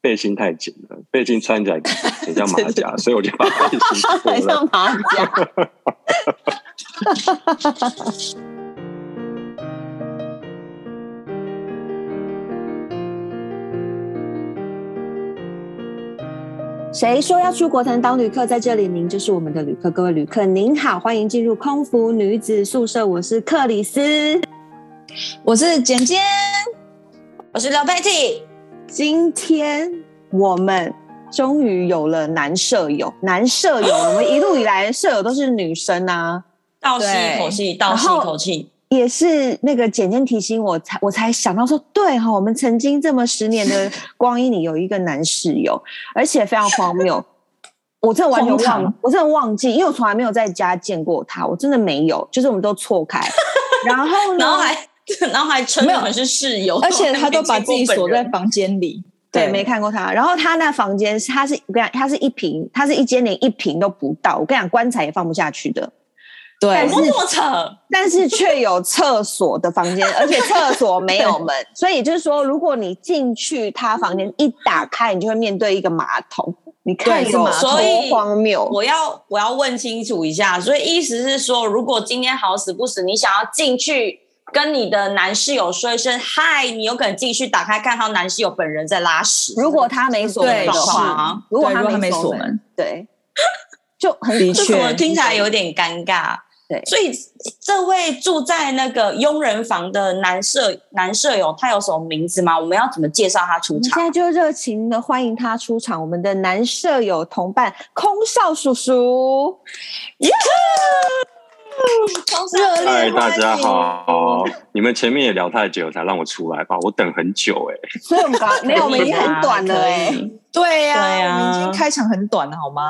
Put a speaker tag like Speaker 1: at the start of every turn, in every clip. Speaker 1: 背心太紧了，背心穿起来很像马甲，所以我就把背心脱了。
Speaker 2: 很像马甲。谁说要出国才能当旅客？在这里，您就是我们的旅客。各位旅客，您好，欢迎进入空服女子宿舍。我是克里斯，
Speaker 3: 我是简简，我是刘佩蒂，
Speaker 2: 今天我们终于有了男舍友，男舍友，我们一路以来舍友都是女生啊，
Speaker 3: 倒
Speaker 2: 吸
Speaker 3: 吸
Speaker 2: 一口
Speaker 3: 一口气，倒吸一口气，
Speaker 2: 也是那个简简提醒我才我才想到说，对哈、我们曾经这么十年 的光阴里有一个男室友，而且非常荒谬。我真的完全
Speaker 3: 荒
Speaker 2: 忘
Speaker 3: 唐
Speaker 2: 了，我真的忘记，因为我从来没有在家见过他，我真的没有，就是我们都错 开。然后呢，
Speaker 3: 然后还 然后还称
Speaker 4: 没有
Speaker 3: 我们是室友，
Speaker 4: 而且他都把自己锁在
Speaker 3: 然后还没见过
Speaker 4: 房间里。
Speaker 2: 对，没看过他。然后他那房间是，他是我跟你讲，他是一平，他是一间连一平都不到。我跟你讲，棺材也放不下去的。
Speaker 4: 对
Speaker 3: 本人，哎怎么这么扯？
Speaker 2: 但是却有厕所的房间，而且厕所没有 门，所以就是说，如果你进去他房间一打开，你就会面对一个马桶，你看
Speaker 4: 对
Speaker 2: 有
Speaker 4: 是马桶
Speaker 2: 多
Speaker 3: 所以
Speaker 2: 荒谬。
Speaker 3: 我要我要问清楚一下，所以意思是说，如果今天好死不死，你想要进去跟你的男室友说一声嗨，你有可能进去打开看到男室友本人在拉屎。
Speaker 2: 如果他没锁门
Speaker 4: 对
Speaker 2: 的
Speaker 3: 是
Speaker 2: 话，如果
Speaker 4: 对如果
Speaker 2: 他
Speaker 4: 他没
Speaker 2: 锁
Speaker 4: 锁门，
Speaker 2: 对，就很
Speaker 4: 的
Speaker 3: 这
Speaker 4: 确
Speaker 3: 怎么听起来有点尴尬？
Speaker 2: 对
Speaker 3: 所以这位住在那个佣人房的男舍男舍友，他有什么名字吗？我们要怎么介绍他
Speaker 2: 我
Speaker 3: 出
Speaker 2: 们现
Speaker 3: 场？
Speaker 2: 在就热情的欢迎他出场，我们的男舍友同伴空少叔 叔，
Speaker 3: 热
Speaker 1: 嗨，大家好！你们前面也聊太久才让我出来吧？我等很久哎、
Speaker 2: 所以我们刚没有，我们已经很短了哎、
Speaker 4: 对呀、
Speaker 3: 对啊
Speaker 4: 我们已经开场很短了，好吗？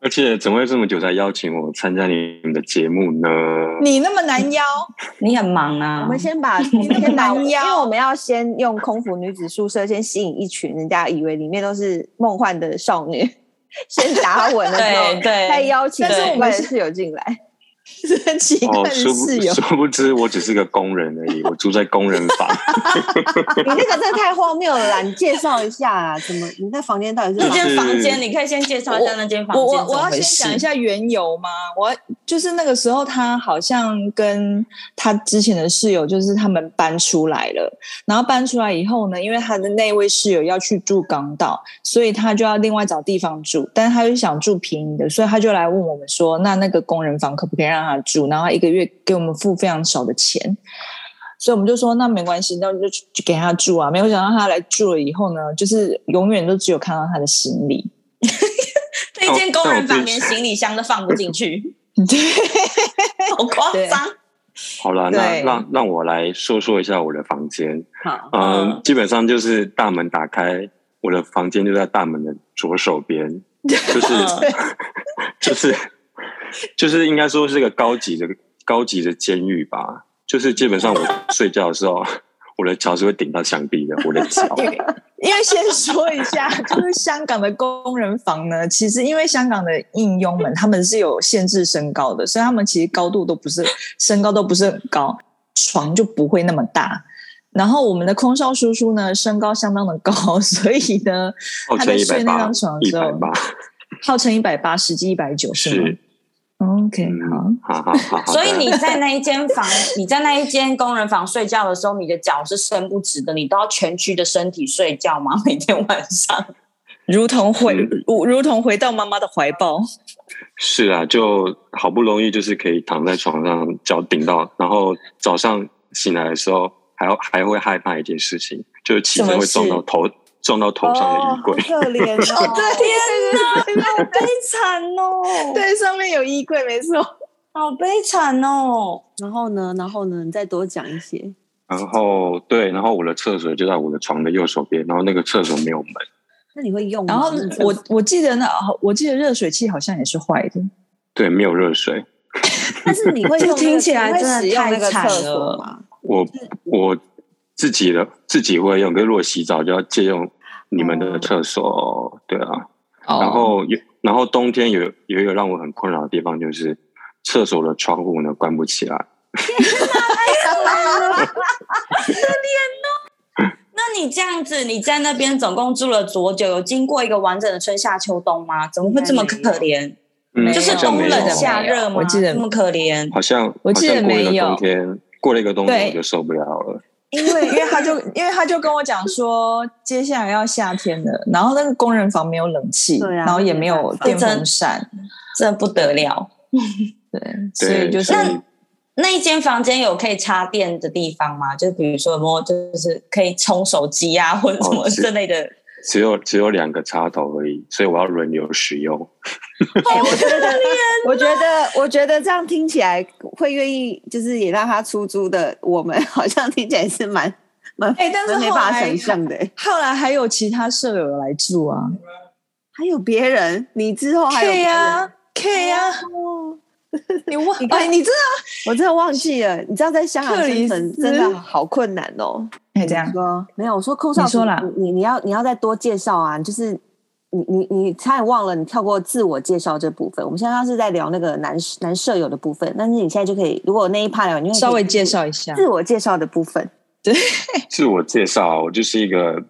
Speaker 1: 而且怎么会这么久才邀请我参加你们的节目呢？
Speaker 4: 你那么 难邀，
Speaker 3: 你很忙啊。
Speaker 2: 我们先把
Speaker 4: 那个
Speaker 2: 先把，
Speaker 4: 男
Speaker 2: 因
Speaker 4: 妖
Speaker 2: 为我们要先用空服女子宿舍先吸引一群人家以为里面都是梦幻的少女，先打稳了之后
Speaker 3: 对，对，
Speaker 2: 再邀请
Speaker 3: 但是
Speaker 2: 我
Speaker 4: 我们
Speaker 2: 们
Speaker 4: 是
Speaker 2: 室友进来。
Speaker 4: 是很奇怪
Speaker 1: 哦，
Speaker 4: 的
Speaker 1: 殊
Speaker 4: 室友
Speaker 1: 不。殊不知我只是个工人而已，我住在工人房。
Speaker 2: 你那个真的太荒谬了啦！你介绍一下啊，怎么你那房间到底
Speaker 3: 那
Speaker 2: 是
Speaker 1: 就？
Speaker 3: 间房
Speaker 1: 是
Speaker 3: 间，你可以先介绍一下那间房
Speaker 4: 我
Speaker 3: 间
Speaker 4: 我
Speaker 3: 怎
Speaker 4: 我
Speaker 3: 么
Speaker 4: 要
Speaker 3: 回
Speaker 4: 先
Speaker 3: 事哦
Speaker 4: 讲一下缘由吗？我要就是那个时候，他好像跟他之前的室友，就是他们搬出来了。然后搬出来以后呢，因为他的那位室友要去住港岛，所以他就要另外找地方住。但是他就想住便宜的，所以他就来问我们说，那那个工人房可不可以让他住？然后一个月给我们付非常少的钱。所以我们就说那没关系，那就去去给他住啊。没有想到他来住了以后呢，就是永远都只有看到他的行李。
Speaker 3: 那间工人
Speaker 1: 但我
Speaker 3: 房
Speaker 1: 自己
Speaker 3: 连行李箱都放不进 去，
Speaker 4: 对，
Speaker 3: 好夸张。
Speaker 1: 好了，那
Speaker 4: 对
Speaker 1: 让让我来说说一下我的房间。
Speaker 2: 好，
Speaker 1: 嗯
Speaker 3: 嗯，
Speaker 1: 基本上就是大门打开，我的房间就在大门的左手边，就是
Speaker 3: 嗯
Speaker 1: 就是 就是应该说是个高级的高级的监狱吧。就是基本上我睡觉的时候，我的脚是会顶到墙壁的，我的脚。
Speaker 4: 因为先说一下， 就是香港的工人房呢，其实因为香港的应佣们他们是有限制身高的，所以他们其实高度都不是身高都不是很高，床就不会那么大。然后我们的空少叔叔呢，身高相当的高， 所以呢，
Speaker 1: 号
Speaker 4: 他
Speaker 1: 称
Speaker 4: 在
Speaker 1: 一百
Speaker 4: 睡那
Speaker 1: 八
Speaker 4: 张床，的
Speaker 1: 一
Speaker 4: 时
Speaker 1: 百
Speaker 4: 候，
Speaker 1: 八，
Speaker 4: 号称一百八，实际一百九是吗
Speaker 1: 是，
Speaker 4: ？OK，好
Speaker 1: 嗯，，好好好好的。
Speaker 3: 所以你在那一间房， 你在那一间工人房睡觉的时候，你的脚是伸不直的，你都要蜷曲着身体睡觉吗？每天晚上？。
Speaker 4: 如同回
Speaker 1: 是
Speaker 4: 如如同回到妈妈的怀抱，
Speaker 1: 是啊，就好不容易就是可以躺在床上，脚顶到，然后早上醒来的时候，还要还会害怕一件事情，就是起身会撞到头，撞到头上的衣柜。
Speaker 2: 好可怜哦
Speaker 3: 天哪，好悲惨哦！，
Speaker 4: 对，上面有衣柜，没错。
Speaker 3: 好悲惨哦！
Speaker 2: 然后呢？然后呢？你再多讲一些。
Speaker 1: 然后对，然后我的厕所就在我的床的右手边，然后那个厕所没有门，
Speaker 2: 那你会用吗？
Speaker 4: 然后
Speaker 2: 那个
Speaker 4: 我我记得那我记得热水器好像也是坏的，
Speaker 1: 对，没有热水。
Speaker 2: 但是你会用那个
Speaker 3: 这听起来
Speaker 2: 你会
Speaker 3: 真的
Speaker 2: 使用那个
Speaker 3: 太惨
Speaker 2: 厕所
Speaker 3: 了
Speaker 2: 吗？
Speaker 1: 我我自己的自己会用，可是如果洗澡就要借用你们
Speaker 4: 哦
Speaker 1: 的厕所，对啊。然后有，然后冬天有有一个让我很困扰的地方，就是厕所的窗户呢关不起来。
Speaker 3: 那你这样子，你在那边总共住了多久？有经过一个完整的春夏秋冬吗？怎么会这么可怜？
Speaker 1: 嗯，
Speaker 3: 就是
Speaker 1: 好像
Speaker 3: 冬
Speaker 1: 没有
Speaker 3: 冷夏热吗？
Speaker 4: 我记得
Speaker 3: 这么可怜。
Speaker 1: 好像
Speaker 4: 我记得
Speaker 1: 好像过一个
Speaker 4: 没有
Speaker 1: 冬天，过了一个冬
Speaker 4: 对
Speaker 1: 天我就受不了了。
Speaker 4: 因为因为他就因为他就跟我讲说，接下来要夏天了，然后那个工人房没有冷气，
Speaker 2: 对啊
Speaker 4: 然后也没有电风扇，
Speaker 3: 这不得了。
Speaker 4: 对，所以
Speaker 1: 对，
Speaker 4: 就是
Speaker 1: 所以
Speaker 3: 那一间房间有可以插电的地方吗？就比如说有没有就是可以充手机啊，或者什么
Speaker 1: 哦是
Speaker 3: 之类的？
Speaker 1: 只有只有两个插头而已，所以我要轮流使用。
Speaker 2: 哎，我觉得， 我觉得，我觉得这样听起来会愿意，就是也让他出租的，我们好像听起来是蛮蛮
Speaker 4: 哎 但是
Speaker 2: 蛮没
Speaker 4: 后
Speaker 2: 办法
Speaker 4: 来
Speaker 2: 想象的。
Speaker 4: 后来还有其他舍友来住啊
Speaker 2: 还有别人，你之后还有
Speaker 4: ，K
Speaker 2: 别人
Speaker 4: 呀 K 呀，
Speaker 2: 哦
Speaker 4: 你忘
Speaker 2: 你看
Speaker 4: 哎你真的
Speaker 2: 我真的忘记了，你知道在香港
Speaker 4: 克里
Speaker 2: 生
Speaker 4: 斯
Speaker 2: 存真的好困难哦。
Speaker 4: 哎这样
Speaker 2: 你说没有？我说空少，
Speaker 4: 你说啦
Speaker 2: 你你要你要再多介绍啊！就是你你你差点忘了，你跳过自我介绍这部分。我们现在是在聊那个男男舍友的部分，但是你现在就可以，如果那一 part 聊，你就可以
Speaker 4: 稍微介绍一下，
Speaker 2: 自我介绍的部分。
Speaker 1: 自我介绍，啊我就是一个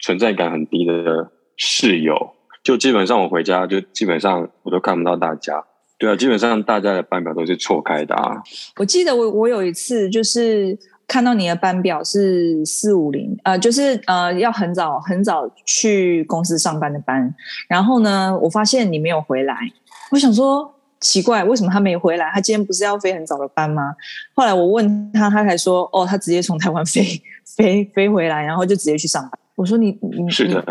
Speaker 1: 存在感很低的室友，就基本上我回家就基本上我都看不到大家。对啊，基本上大家的班表都是错开的啊。
Speaker 4: 我记得我我有一次就是看到你的班表是四五零，呃，就是呃要很早很早去公司上班的班，然后呢，我发现你没有回来，我想说奇怪，为什么他没回来？他今天不是要飞很早的班吗？后来我问他，他才说哦，他直接从台湾 飞飞飞回来，然后就直接去上班。我说你你
Speaker 1: 是的，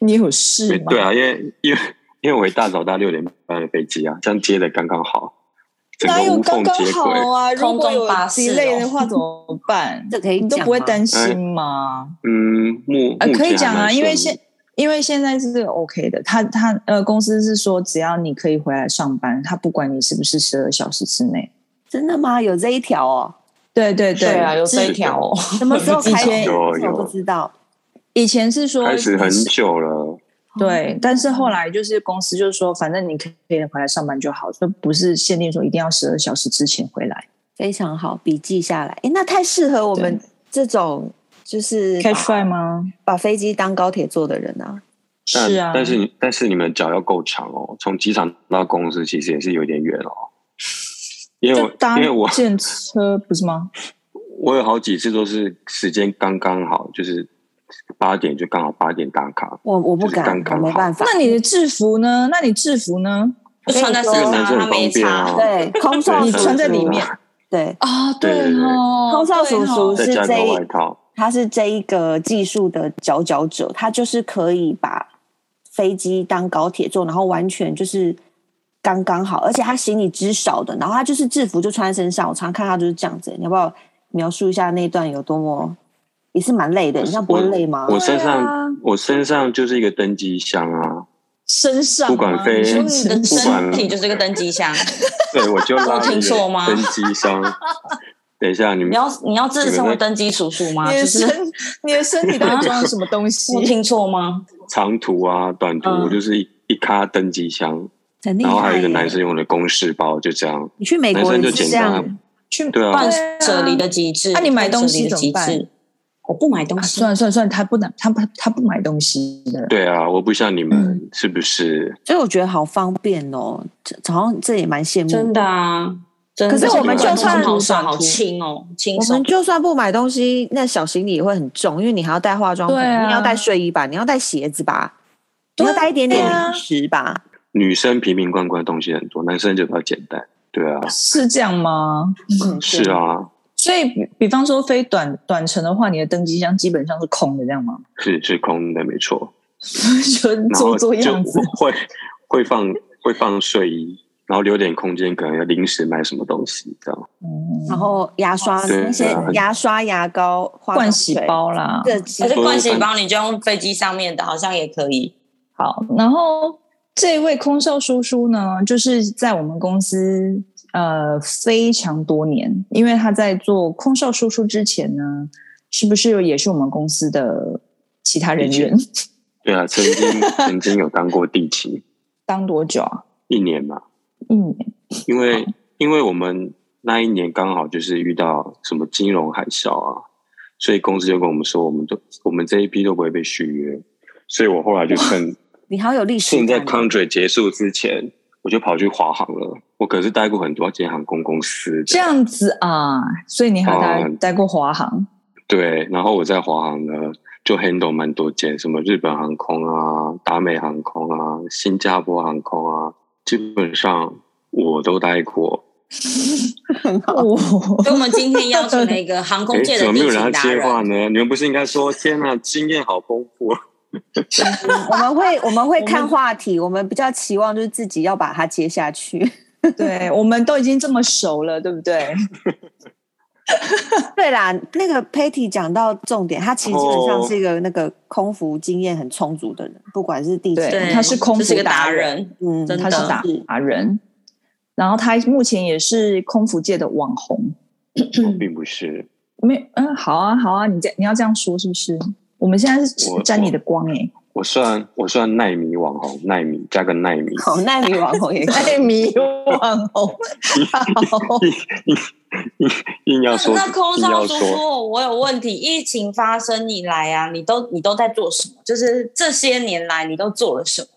Speaker 4: 你，你有事嗯吗？
Speaker 1: 对啊，因为因为因为我一大早搭六点半的飞机啊，这样接的刚刚好，整
Speaker 4: 哪
Speaker 1: 个
Speaker 4: 有
Speaker 1: 无
Speaker 4: 啊刚
Speaker 1: 缝
Speaker 4: 刚
Speaker 1: 接
Speaker 4: 好
Speaker 1: 轨。
Speaker 4: 啊？如
Speaker 3: 空
Speaker 4: 果
Speaker 3: 中
Speaker 4: 有
Speaker 3: 巴士
Speaker 4: delay
Speaker 3: 哦
Speaker 4: 的话怎么 办？
Speaker 2: 这可以
Speaker 4: 你都
Speaker 2: 讲
Speaker 4: 不会
Speaker 2: 吗
Speaker 1: 哎
Speaker 4: 担心吗？
Speaker 1: 嗯，目
Speaker 4: 呃，
Speaker 1: 目
Speaker 4: 可以
Speaker 1: 前
Speaker 4: 讲
Speaker 1: 还
Speaker 4: 啊，
Speaker 1: 蛮
Speaker 4: 因为
Speaker 1: 顺
Speaker 4: 现因为现在是 OK 的，他他呃公司是说只要你可以回来上班，他不管你是不是十二小时之内。
Speaker 2: 真的吗？有这一条哦？
Speaker 4: 对对对，
Speaker 3: 有
Speaker 1: 这一啊条
Speaker 3: 哦。
Speaker 2: 什么时候开始？
Speaker 1: 有有
Speaker 2: 我不知道。
Speaker 4: 以前是说
Speaker 1: 开始很
Speaker 4: 你是
Speaker 1: 久了。
Speaker 4: 对，但是后来就是公司就是说，反正你可以回来上班就好，就不是限定说一定要十二小时之前回来。
Speaker 2: 非常好，笔记下来。哎，那太适合我们这种就是
Speaker 4: 开
Speaker 2: 把
Speaker 4: try 吗？
Speaker 2: 把飞机当高铁坐的人啊。
Speaker 1: 但
Speaker 4: 是啊，
Speaker 1: 但是你但是你们脚要够长哦，从机场到公司其实也是有点远哦。因为
Speaker 4: 就
Speaker 1: 我
Speaker 4: 搭
Speaker 1: 因为我
Speaker 4: 电车不是吗？
Speaker 1: 我有好几次都是时间刚刚好，就是八点就刚好八点打卡。
Speaker 2: 我我不
Speaker 1: 就是
Speaker 2: 敢，
Speaker 1: 刚刚
Speaker 2: 我没
Speaker 1: 好
Speaker 2: 办法。
Speaker 4: 那你的制服呢？那你制服呢？
Speaker 3: 就穿在身
Speaker 1: 这个
Speaker 3: 上，
Speaker 1: 男生
Speaker 3: 他
Speaker 1: 很
Speaker 3: 没
Speaker 1: 方便啊
Speaker 3: 差。，
Speaker 2: 对，空少
Speaker 1: 对
Speaker 4: 你
Speaker 2: 叔
Speaker 4: 穿在
Speaker 2: 叔
Speaker 4: 里面，
Speaker 2: 对，
Speaker 4: 啊，
Speaker 1: 对对对
Speaker 4: 哦，
Speaker 2: 空少
Speaker 4: 对
Speaker 2: 叔
Speaker 4: 吼
Speaker 2: 叔
Speaker 1: 再
Speaker 2: 是
Speaker 1: 加
Speaker 2: 这
Speaker 1: 个
Speaker 2: 一
Speaker 1: 外套，
Speaker 2: 他是这一个技术的佼佼者，他就是可以把飞机当高铁坐，然后完全就是刚刚好，而且他行李之少的，然后他就是制服就穿在身上，我常看他就是这样子。欸你要不要描述一下那一段有多么也是蛮累的？欸你知道不会累吗？
Speaker 1: 我身上、
Speaker 4: 对啊
Speaker 1: 我身上就是一个登机箱啊，
Speaker 4: 身上吗
Speaker 1: 不管飞
Speaker 4: 你说
Speaker 3: 你的
Speaker 4: 身
Speaker 1: 不管
Speaker 3: 身体就是个登机箱。
Speaker 1: 对我就拉
Speaker 3: 我听
Speaker 1: 着一
Speaker 3: 错
Speaker 1: 个
Speaker 3: 吗
Speaker 1: 登机箱。等一下，你
Speaker 3: 你
Speaker 1: 们
Speaker 3: 要你要自称为登机叔叔吗？
Speaker 4: 你
Speaker 3: 就
Speaker 4: 的
Speaker 3: 是
Speaker 4: 身你的身体到底装了什么 东西
Speaker 3: 我？听错吗？
Speaker 1: 长途啊、短途，
Speaker 3: 嗯
Speaker 1: 我就是一一咖登机箱，
Speaker 2: 很厉
Speaker 1: 然后还有
Speaker 2: 害
Speaker 1: 一个
Speaker 2: 耶。
Speaker 1: 男生用的公事包，就这样。
Speaker 2: 你去美
Speaker 1: 男
Speaker 2: 国
Speaker 1: 生就
Speaker 2: 也是
Speaker 1: 简
Speaker 2: 这
Speaker 1: 单啊
Speaker 2: 样，，
Speaker 4: 去
Speaker 1: 对啊
Speaker 3: 断
Speaker 4: 对啊
Speaker 3: 舍离的极致。
Speaker 4: 那你买东西
Speaker 3: 断舍离的
Speaker 4: 怎么
Speaker 3: 极致？我不买东
Speaker 4: 啊
Speaker 3: 西，
Speaker 4: 算了算了算了，他不能，他不他不买东西的。
Speaker 1: 对啊，我不像你们，是不是？
Speaker 2: 所以我觉得好方便哦，这好像这也蛮羡慕的。
Speaker 3: 真的啊。真的
Speaker 2: 可是我们就算
Speaker 3: 好爽好轻哦，轻
Speaker 2: 我
Speaker 3: 松
Speaker 2: 们。就算不买东西，那小行李也会很重，因为你还要带化妆品，
Speaker 4: 对啊
Speaker 2: 你要带睡衣吧，你要带鞋子吧，你
Speaker 4: 对啊
Speaker 2: 要带一点点
Speaker 4: 对啊
Speaker 2: 零食吧。
Speaker 1: 女生瓶瓶罐罐东西很多，男生就比较简单。对啊，
Speaker 4: 是这样吗？
Speaker 2: 嗯
Speaker 1: 是，啊，
Speaker 4: 所以比，比方说飞短短程的话，你的登机箱基本上是空的，这样吗？
Speaker 1: 是是空的，没错。
Speaker 4: 就
Speaker 1: 然后
Speaker 4: 做做
Speaker 1: 就
Speaker 4: 样子。
Speaker 1: 会会放会放睡衣，然后留点空间，可能要临时买什么东西这样。
Speaker 4: 嗯
Speaker 2: 然后牙刷
Speaker 1: 对啊
Speaker 2: 那些
Speaker 1: 对
Speaker 2: 牙刷、牙膏、化
Speaker 4: 盥
Speaker 2: 妆
Speaker 4: 洗
Speaker 2: 水，
Speaker 4: 包哎啦，
Speaker 2: 这几
Speaker 3: 可是
Speaker 1: 我
Speaker 3: 盥洗包你就用飞机上面的，好像也可以。
Speaker 4: 好，然后这位空少叔叔呢，就是在我们公司呃非常多年，因为他在做空少叔叔之前呢，是不是也是我们公司的其他人员？
Speaker 1: 对啊，曾 经曾经有当过地勤
Speaker 4: 当多久啊？
Speaker 1: 一年嘛，
Speaker 4: 一年？
Speaker 1: 因为因为我们那一年刚好就是遇到什么金融海啸啊，所以公司就跟我们说，我们都我们这一批都不会被续约。所以我后来就趁
Speaker 2: 你好有历史
Speaker 1: 趁
Speaker 2: 感
Speaker 1: 在
Speaker 2: 哦。
Speaker 1: Country 结束之前，我就跑去华航了。我可是待过很多间航空公司的，
Speaker 4: 这样子啊，所以你还待、
Speaker 1: 嗯
Speaker 4: 待过华 航，
Speaker 1: 对，然后我在华航呢，就 handle 蛮多间，什么日本航空啊、达美航空啊、新加坡航空啊，基本上我都待过。
Speaker 4: 哦，
Speaker 3: 所以我们今天邀请了一个航空
Speaker 1: 诶，
Speaker 3: 界
Speaker 1: 怎么
Speaker 3: 的
Speaker 1: 没
Speaker 3: 地
Speaker 1: 有人要
Speaker 3: 勤达
Speaker 1: 接话
Speaker 3: 人。
Speaker 1: 呢？你们不是应该说“天呐，经验好丰富啊
Speaker 2: 我们 会我们会
Speaker 4: 我们
Speaker 2: 看话题，我们比较期望就是自己要把它接下去。
Speaker 4: 对，我们都已经这么熟了，对不对？
Speaker 2: 对啦，那个 Patty 讲到重点，他其实基本上是一个那个空服经验很充足的人，不管是地勤，啊
Speaker 3: 对，
Speaker 4: 他是空服
Speaker 3: 这是一个
Speaker 4: 达
Speaker 3: 达
Speaker 4: 人
Speaker 3: 人，
Speaker 2: 嗯，
Speaker 3: 真的
Speaker 4: 他是
Speaker 2: 打
Speaker 4: 打达人，然后他目前也是空服界的网红。”，
Speaker 1: 我并不是。
Speaker 4: 没，嗯，好啊，好啊，你这你要这样说是不是？我们现在是
Speaker 1: 我
Speaker 4: 沾你的光 哎、
Speaker 1: 我算我算奈米网红，奈米加个奈米，
Speaker 2: 好，那女网红也可以。
Speaker 4: 欸，迷网红， 好
Speaker 1: 硬要
Speaker 3: 那
Speaker 1: 说
Speaker 3: 那空
Speaker 1: 硬
Speaker 3: 少
Speaker 1: 要
Speaker 3: 叔
Speaker 1: 说，
Speaker 3: 叔，我有问题。疫情发生以来啊，你都你都在做什么？就是这些年来，你都做了什么？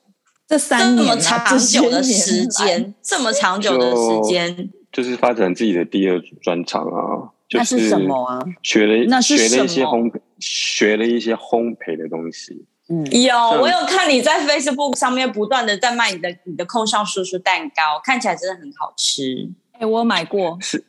Speaker 4: 这
Speaker 3: 这
Speaker 4: 三年、啊、
Speaker 3: 么长久的时
Speaker 4: 这些年来，
Speaker 3: 间，这么长久的时间，
Speaker 1: 就是发展自己的第二专长啊，就
Speaker 2: 那是什么啊？
Speaker 1: 学了
Speaker 4: 那是
Speaker 1: 学了一
Speaker 4: 什
Speaker 1: 些
Speaker 4: 么
Speaker 1: 烘焙学了一些烘焙的东西。
Speaker 2: 嗯，
Speaker 3: 有
Speaker 1: 这
Speaker 3: 我有看你在 Facebook 上面不断的在卖你的你的空少叔叔蛋糕，看起来真的很好吃。
Speaker 4: 哎、我有买过，
Speaker 1: 是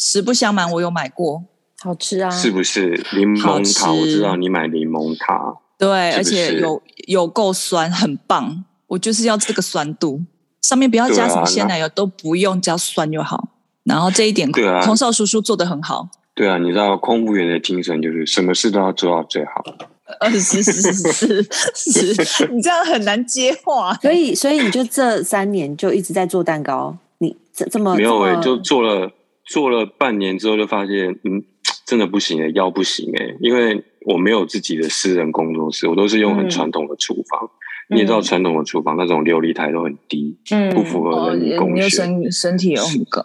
Speaker 4: 实不相瞒，我有买过，
Speaker 2: 好吃啊，
Speaker 1: 是不是柠
Speaker 4: 好
Speaker 1: 檬塔？我
Speaker 4: 吃
Speaker 1: 知道你买柠檬塔，
Speaker 4: 对，
Speaker 1: 是
Speaker 4: 而
Speaker 1: 不是
Speaker 4: 且有有够酸，很棒，我就是要这个酸度，上面不要
Speaker 1: 啊
Speaker 4: 加什么鲜奶油，都不用加酸就好。然后这一点，
Speaker 1: 对啊
Speaker 4: 空少叔叔做的很好，
Speaker 1: 对啊，你知道空服员的精神就是什么事都要做到最好。
Speaker 4: 呃，是是是是 是，你这样很难接话。
Speaker 2: 所以所以你就这三年就一直在做蛋糕，你这这么
Speaker 1: 没有
Speaker 2: 哎、
Speaker 1: 诶、就做了做了半年之后，就发现嗯，真的不行诶、欸腰不行诶、因为我没有自己的私人工作室，我都是用很
Speaker 3: 嗯
Speaker 1: 传统的厨房。你也知道，
Speaker 3: 嗯
Speaker 1: 传统的厨房那种琉璃台都很低，
Speaker 3: 嗯
Speaker 1: 不符
Speaker 4: 哦
Speaker 1: 合人体工
Speaker 4: 你的
Speaker 1: 学。
Speaker 4: 身身体又很高，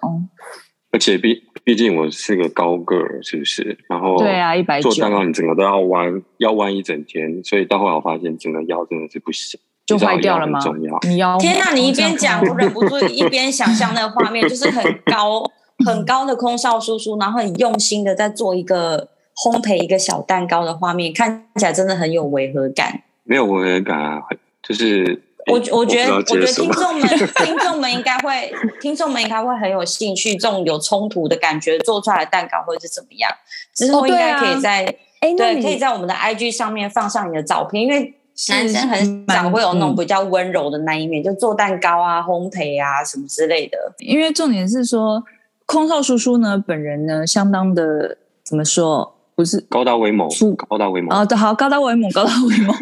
Speaker 1: 而且毕毕竟我是个高个儿，是不是？然后
Speaker 4: 对啊，一百九
Speaker 1: 做蛋糕你整个都要弯，要弯一整天，所以到后来我发现整个腰真的是不行，
Speaker 4: 就
Speaker 1: 你知道
Speaker 4: 坏掉了吗
Speaker 1: 腰很重要，
Speaker 4: 你腰
Speaker 3: 天
Speaker 4: 哪！
Speaker 3: 呐，你一边讲，我忍不住一边想象那个画面，就是很 高很高的空少叔叔，然后很用心的在做一个烘焙一个小蛋糕的画面，看起来真的很有违和感。
Speaker 1: 没有违和感啊，很就是
Speaker 3: 我
Speaker 1: 诶
Speaker 3: 我觉得，
Speaker 1: 哎不知道接
Speaker 3: 我觉得
Speaker 1: 什
Speaker 3: 听
Speaker 1: 么
Speaker 3: 众们听众们应该会听众们应该会很有兴趣，这种有冲突的感觉做出来的蛋糕会是怎么样？之后
Speaker 4: 哦
Speaker 3: 应
Speaker 4: 对
Speaker 3: 该
Speaker 4: 啊
Speaker 3: 可以在、
Speaker 2: 诶哎那
Speaker 3: 对可以
Speaker 2: 你
Speaker 3: 在我们的 IG 上面放上你的照片，因为男生很少
Speaker 4: 蛮
Speaker 3: 会有那种
Speaker 4: 嗯
Speaker 3: 比较温柔的那一面，就做蛋糕啊、烘焙啊什么之类的。
Speaker 4: 因为重点是说，空少叔叔呢，本人呢，相当的怎么说，不是
Speaker 1: 高大威猛
Speaker 4: 出，
Speaker 1: 高大威猛，
Speaker 4: 哦，对，好，高大威猛，高大威 猛。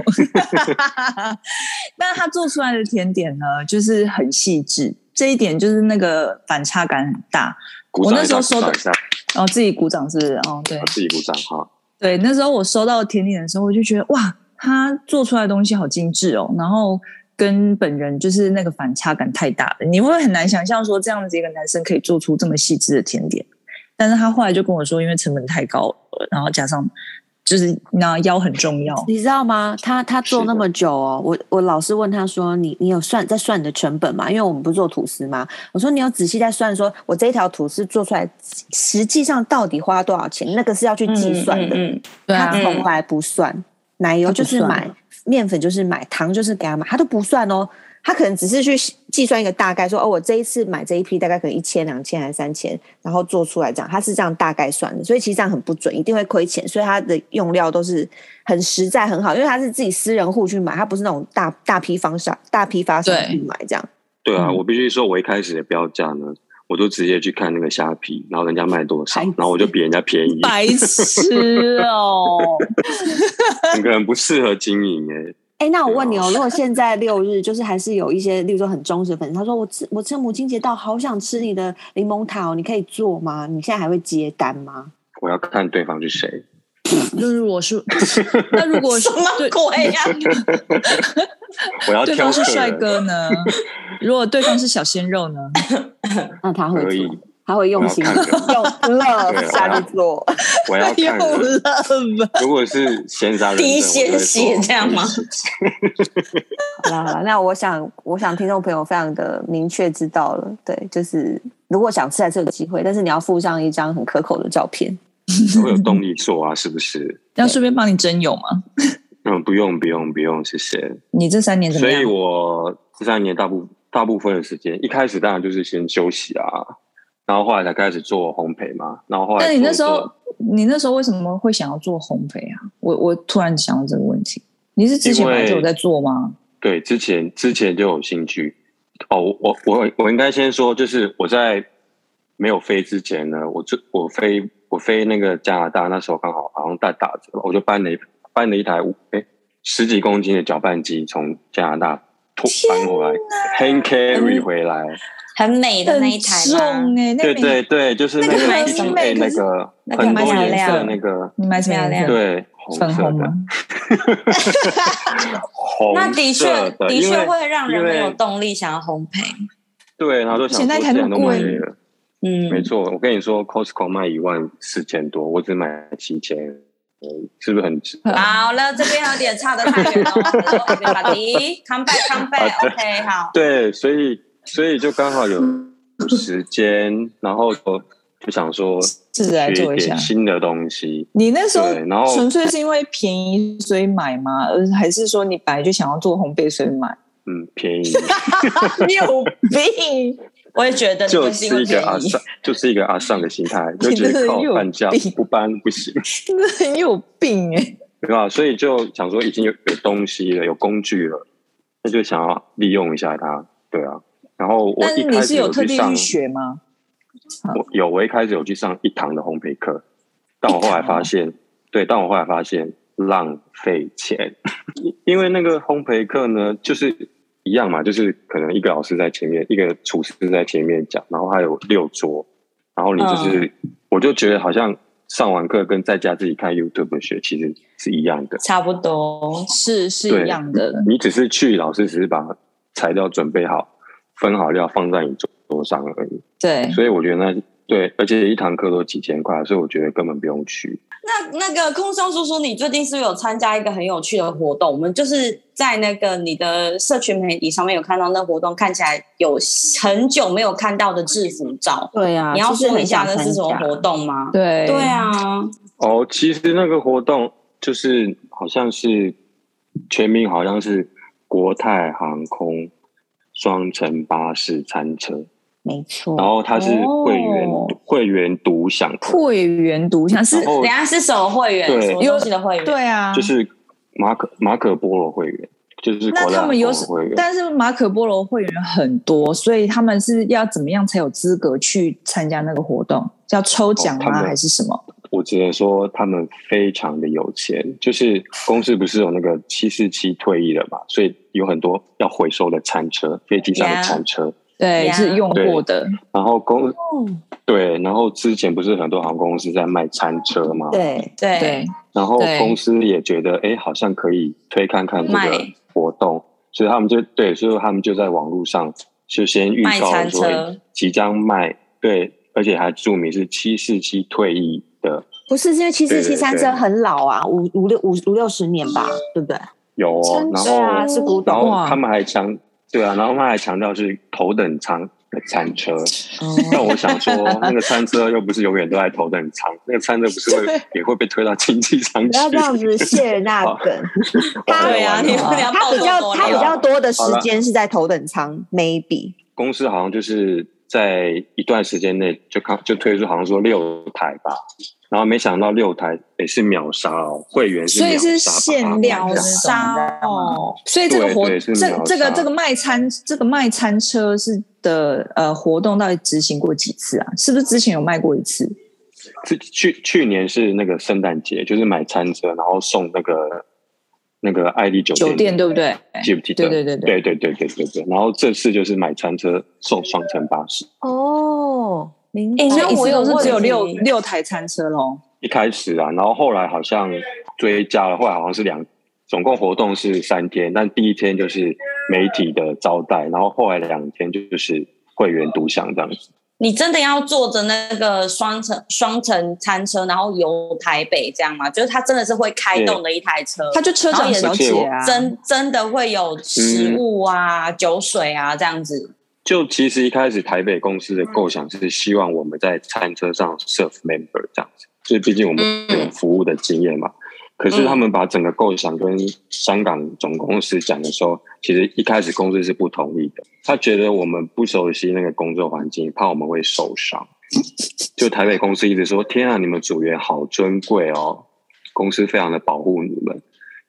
Speaker 4: 但他做出来的甜点呢，就是很细致，这一点就是那个反差感很大。
Speaker 1: 鼓
Speaker 4: 我
Speaker 1: 掌
Speaker 4: 那
Speaker 1: 一
Speaker 4: 时候
Speaker 1: 下，
Speaker 4: 说
Speaker 1: 鼓掌
Speaker 4: 的
Speaker 1: 一下，
Speaker 4: 然后自己鼓掌是不是，哦，对
Speaker 1: 我自己鼓掌哈。
Speaker 4: 对，那时候我收到甜点的时候，我就觉得哇，他做出来的东西好精致哦，然后跟本人就是那个反差感太大了，你会很难想象说这样子一个男生可以做出这么细致的甜点。但是他后来就跟我说，因为成本太高了，然后加上就是那腰很重要，
Speaker 2: 你知道吗？他他做
Speaker 1: 是的
Speaker 2: 那么久哦，我我老是问他说：“你你有算在算你的成本吗？”因为我们不是做吐司嘛，我说：“你有仔细在算说，我这一条吐司做出来实际上到底花多少钱？那个是要去计算的。
Speaker 3: 嗯嗯
Speaker 4: 对
Speaker 2: 他
Speaker 4: 啊，
Speaker 3: 嗯
Speaker 2: 从来不算，奶油
Speaker 4: 他不
Speaker 2: 就是
Speaker 4: 算
Speaker 2: 买，面粉就是买，糖就是给他买，他都不算哦。他可能只是去计算一个大概，说哦，我这一次买这一批大概可能一千、两千还是三千，然后做出来这样，他是这样大概算的，所以其实这样很不准，一定会亏钱。所以他的用料都是很实在、很好，因为他是自己私人户去买，他不是那种大大批发商、大批发商去
Speaker 4: 对
Speaker 2: 买这样。
Speaker 1: 对啊，
Speaker 4: 嗯
Speaker 1: 我必须说，我一开始的标价呢，我就直接去看那个虾皮，然后人家卖多少，
Speaker 4: 哎
Speaker 2: 白痴
Speaker 1: 然后我就比人家便宜，
Speaker 4: 白
Speaker 3: 嗯
Speaker 4: 痴 哦，
Speaker 1: 整个人不适合经营诶。
Speaker 2: 哎，那我问你
Speaker 1: 对啊
Speaker 2: 哦，如果现在六日就是还是有一些，例如说很忠实的粉丝，他说我吃我趁母亲节到，好想吃你的柠檬塔哦，你可以做吗？你现在还会接单吗？
Speaker 1: 我要看对方是谁，
Speaker 4: 那如果 是那如果是
Speaker 3: 什么
Speaker 4: 对
Speaker 3: 鬼 呀、
Speaker 1: 我要
Speaker 4: 对
Speaker 1: 挑
Speaker 4: 方是
Speaker 1: 客
Speaker 4: 帅
Speaker 1: 人，
Speaker 4: 哥呢？如果对方是小鲜肉呢？
Speaker 2: 那他会
Speaker 1: 可
Speaker 2: 做
Speaker 1: 以，
Speaker 2: 他会用心
Speaker 1: 我要看人
Speaker 2: 用
Speaker 1: 对
Speaker 2: love
Speaker 1: 啊
Speaker 2: 下去做。
Speaker 1: 我要看
Speaker 4: 又
Speaker 1: 人。
Speaker 4: 了吧？
Speaker 1: 如果是闲杂人等，
Speaker 3: 滴
Speaker 1: 我就
Speaker 3: 鲜
Speaker 1: 会
Speaker 3: 血
Speaker 1: 说
Speaker 3: 这样吗？
Speaker 2: 好啦好啦，那我想，我想听众朋友非常的明确知道了，对，就是如果想吃还是有机会，但是你要附上一张很可口的照片。
Speaker 1: 会有
Speaker 4: 嗯
Speaker 1: 动力做啊，是不是？
Speaker 4: 要顺便帮你征友吗？
Speaker 1: 嗯，不用不用不用，谢谢。
Speaker 4: 你这三年怎么
Speaker 1: 所以
Speaker 4: 样？
Speaker 1: 我这三年大部大部分的时间，一开始当然就是先休息啊，然后后来才开始做烘焙嘛，然后后来
Speaker 4: 但你
Speaker 1: 做
Speaker 4: 那时候
Speaker 1: 做，
Speaker 4: 你那时候为什么会想要做烘焙啊？我我突然想到这个问题，你是之前本来就有在做吗？
Speaker 1: 对之前之前就有兴趣哦，我我我应该先说，就是我在没有飞之前呢，我就我飞我飞那个加拿大，那时候刚好好像在打折吧，我就搬了一搬了一台五哎十几公斤的搅拌机从加拿大拖搬回来，hand carry 回来。
Speaker 3: 很美的那一台
Speaker 4: 很
Speaker 3: 吗
Speaker 4: 重？哎、那
Speaker 1: 对
Speaker 4: 个你
Speaker 1: 对对，就是
Speaker 4: 那
Speaker 1: 那
Speaker 4: 个
Speaker 1: 个
Speaker 4: 很
Speaker 1: P G
Speaker 4: 美
Speaker 1: A
Speaker 4: 可
Speaker 1: 那
Speaker 4: 是
Speaker 1: 个
Speaker 4: 那个
Speaker 1: 很
Speaker 4: 蛮
Speaker 1: 多
Speaker 3: 漂
Speaker 1: 颜
Speaker 3: 亮
Speaker 1: 色
Speaker 3: 的
Speaker 1: 那个，
Speaker 4: 你买什么颜色？
Speaker 1: 对，红
Speaker 4: 粉
Speaker 1: 色
Speaker 4: 红
Speaker 1: 的，
Speaker 4: 吗？
Speaker 1: 红
Speaker 3: 那的确
Speaker 1: 色，的，
Speaker 3: 的
Speaker 1: 因
Speaker 3: 确
Speaker 1: 为
Speaker 3: 会让人
Speaker 1: 因为
Speaker 3: 很有动力想要烘焙。
Speaker 1: 对，然后就
Speaker 4: 而且
Speaker 1: 想
Speaker 4: 那
Speaker 1: 说
Speaker 4: 台
Speaker 1: 既
Speaker 4: 那么
Speaker 1: 然都买
Speaker 4: 贵
Speaker 1: 了，
Speaker 3: 嗯，
Speaker 1: 没错，我跟你说，Costco 卖一万四千多，我只买七千，嗯是不是很值？
Speaker 3: 好了，这边有点差的太远了。Hello everybody，come back，come back，OK，好。
Speaker 1: 对，所以所以就刚好有时间，然后就就想说
Speaker 4: 试着来
Speaker 1: 学
Speaker 4: 做
Speaker 1: 一
Speaker 4: 一下
Speaker 1: 点。新的东西，
Speaker 4: 你那时候
Speaker 1: 对然后
Speaker 4: 纯粹是因为便宜所以买吗？而还是说你本来就想要做烘焙所以买？
Speaker 1: 嗯，便宜。
Speaker 4: 你有病！
Speaker 3: 我也觉得你
Speaker 1: 就
Speaker 3: 们是因
Speaker 1: 是
Speaker 3: 为
Speaker 1: 一个阿
Speaker 3: 便宜
Speaker 1: 上，就是一个阿上的心态，就觉
Speaker 4: 你真
Speaker 1: 得
Speaker 4: 的
Speaker 1: 靠
Speaker 4: 有
Speaker 1: 半价
Speaker 4: 病
Speaker 1: 不搬不行，
Speaker 4: 真的很有病哎、
Speaker 1: 对吧？所以就想说已经有有东西了，有工具了，那就想要利用一下它，对啊。然后我
Speaker 4: 但
Speaker 1: 一
Speaker 4: 是你
Speaker 1: 开
Speaker 4: 是
Speaker 1: 始
Speaker 4: 有特
Speaker 1: 去
Speaker 4: 地
Speaker 1: 上
Speaker 4: 去，学吗？
Speaker 1: 我有我一开始有去上一堂的烘焙课，但我后来
Speaker 4: 一堂
Speaker 1: 发
Speaker 4: 哦
Speaker 1: 现，对，但我后来发现浪费钱， 因为那个烘焙课呢，就是一样嘛，就是可能一个老师在前面，一个厨师在前面讲，然后还有六桌，然后你就是，
Speaker 4: 嗯
Speaker 1: 我就觉得好像上完课跟在家自己看 YouTube 学其实是一样的，
Speaker 3: 差不多。
Speaker 4: 是是
Speaker 1: 对
Speaker 4: 一样的，
Speaker 1: 你只是去老师只是把材料准备好，分好料放在你桌桌上而已，
Speaker 4: 对。
Speaker 1: 所以我觉得那对，而且一堂课都几千块，所以我觉得根本不用去。
Speaker 3: 那那个空中叔叔，你最近是不是有参加一个很有趣的活动？我们就是在那个你的社群媒体上面有看到那活动，看起来有很久没有看到的制服照。
Speaker 2: 对啊
Speaker 3: 你要说一下那是什么活
Speaker 2: 活动？
Speaker 3: 动吗？
Speaker 4: 对
Speaker 3: 对，啊，
Speaker 1: 哦，其实那个活动就是好像是全名好像是国泰航空双层巴士餐车，
Speaker 2: 没
Speaker 1: 然
Speaker 2: 错，
Speaker 1: 后它是会员、
Speaker 4: 哦
Speaker 1: 会员独享的，
Speaker 4: 会员独享是
Speaker 1: 然，后
Speaker 3: 等一下是什么会员？
Speaker 1: 对
Speaker 3: 什么东西的会员？
Speaker 4: 对啊，
Speaker 1: 就是马可马可波罗会员，就是
Speaker 4: 那
Speaker 1: 国泰
Speaker 4: 他
Speaker 1: 航
Speaker 4: 们
Speaker 1: 空
Speaker 4: 有
Speaker 1: 的
Speaker 4: 什
Speaker 1: 会员。
Speaker 4: 但是马可波罗会员很多，所以他们是要怎么样才有资格去参加那个活动？要抽奖
Speaker 1: 哦他
Speaker 4: 吗？
Speaker 1: 们
Speaker 4: 还是什么？
Speaker 1: 我只能说他们非常的有钱，就是公司不是有那个七四七退役了嘛，所以有很多要回收的餐车，飞机上的
Speaker 3: Yeah
Speaker 1: 餐车。
Speaker 4: 对，
Speaker 3: 呀
Speaker 4: 是用过的，
Speaker 1: 然后公、对，然后之前不是很多航空公司在卖餐车吗？。
Speaker 2: 对，
Speaker 3: 对
Speaker 4: 对，
Speaker 1: 然后
Speaker 4: 对
Speaker 1: 公司也觉得，哎，好像可以推看看这个
Speaker 3: 卖
Speaker 1: 活动，所以他们就对，所以他们就在网络上就先预
Speaker 3: 卖
Speaker 1: 告
Speaker 3: 餐
Speaker 1: 说
Speaker 3: 车
Speaker 1: 诶即将卖，对，而且还注明是七四七退役的
Speaker 2: 不是是因为七四
Speaker 1: 对
Speaker 2: 七
Speaker 1: 对
Speaker 2: 三
Speaker 1: 对
Speaker 2: 车很老啊，五五六五五六十年吧，对不对？
Speaker 1: 有哦，然
Speaker 2: 对啊，
Speaker 1: 后
Speaker 2: 是古
Speaker 1: 然
Speaker 2: 董。
Speaker 1: 后他们还强对啊，然后他们还强调是头等舱的餐车，
Speaker 4: 哦
Speaker 1: 但我想说，那个餐车又不是永远都在头等舱，那个餐车不是会也会被推到经济舱
Speaker 2: 不要
Speaker 1: 去
Speaker 2: 这？样子卸人那 梗，他
Speaker 1: 对啊你
Speaker 3: 你要
Speaker 2: 他
Speaker 3: 爆
Speaker 2: 比较
Speaker 3: 多多
Speaker 2: 他比
Speaker 3: 料
Speaker 2: 较多的时间是在头等舱，maybe
Speaker 1: 公司好像就是在一段时间内就看就推出，好像说六台吧，然后没想到六台也是秒杀哦，会员是
Speaker 4: 所以
Speaker 1: 秒
Speaker 4: 是
Speaker 1: 杀把它
Speaker 4: 限
Speaker 1: 买
Speaker 4: 量
Speaker 1: 掉
Speaker 3: 秒
Speaker 4: 的
Speaker 3: 杀
Speaker 4: 那种
Speaker 3: 哦，
Speaker 4: 所以这个活
Speaker 1: 对对是秒杀
Speaker 4: 这这个这个卖餐这个卖餐车是的呃活动到底执行过几次啊？是不是之前有卖过一次？
Speaker 1: 去去去年是那个圣诞节，就是买餐车，然后送那个那个爱丽酒
Speaker 4: 酒店对不对？
Speaker 3: 哎
Speaker 1: 记不记得？
Speaker 4: 哎对对
Speaker 1: 对
Speaker 4: 对
Speaker 1: 对对对对对然后这次就是买餐车送双层巴士，
Speaker 2: 哦，明白
Speaker 3: 诶
Speaker 4: 所
Speaker 3: 那
Speaker 4: 以一
Speaker 3: 我
Speaker 4: 次
Speaker 3: 有
Speaker 4: 都是只有
Speaker 3: 问题
Speaker 4: 六六台餐车喽。
Speaker 1: 一开始啊，然后后来好像追加了，后来好像是两，总共活动是三天，但第一天就是媒体的招待，然后后来两天就是会员独享这样子。
Speaker 3: 你真的要坐着那个双层双层餐车，然后游台北这样吗？就是它真的是会开动的一台车，
Speaker 4: 他就车长小姐啊，
Speaker 3: 真真的会有食物啊、酒水啊这样子。
Speaker 1: 就其实一开始台北公司的构想是希望我们在餐车上 serve member 这样子，所以毕竟我们
Speaker 4: 嗯
Speaker 1: 有服务的经验嘛。可是他们把整个构想跟香港总公司讲的时候，其实一开始公司是不同意的。他觉得我们不熟悉那个工作环境，怕我们会受伤。就台北公司一直说：“天啊，你们组员好尊贵哦，公司非常的保护你们。”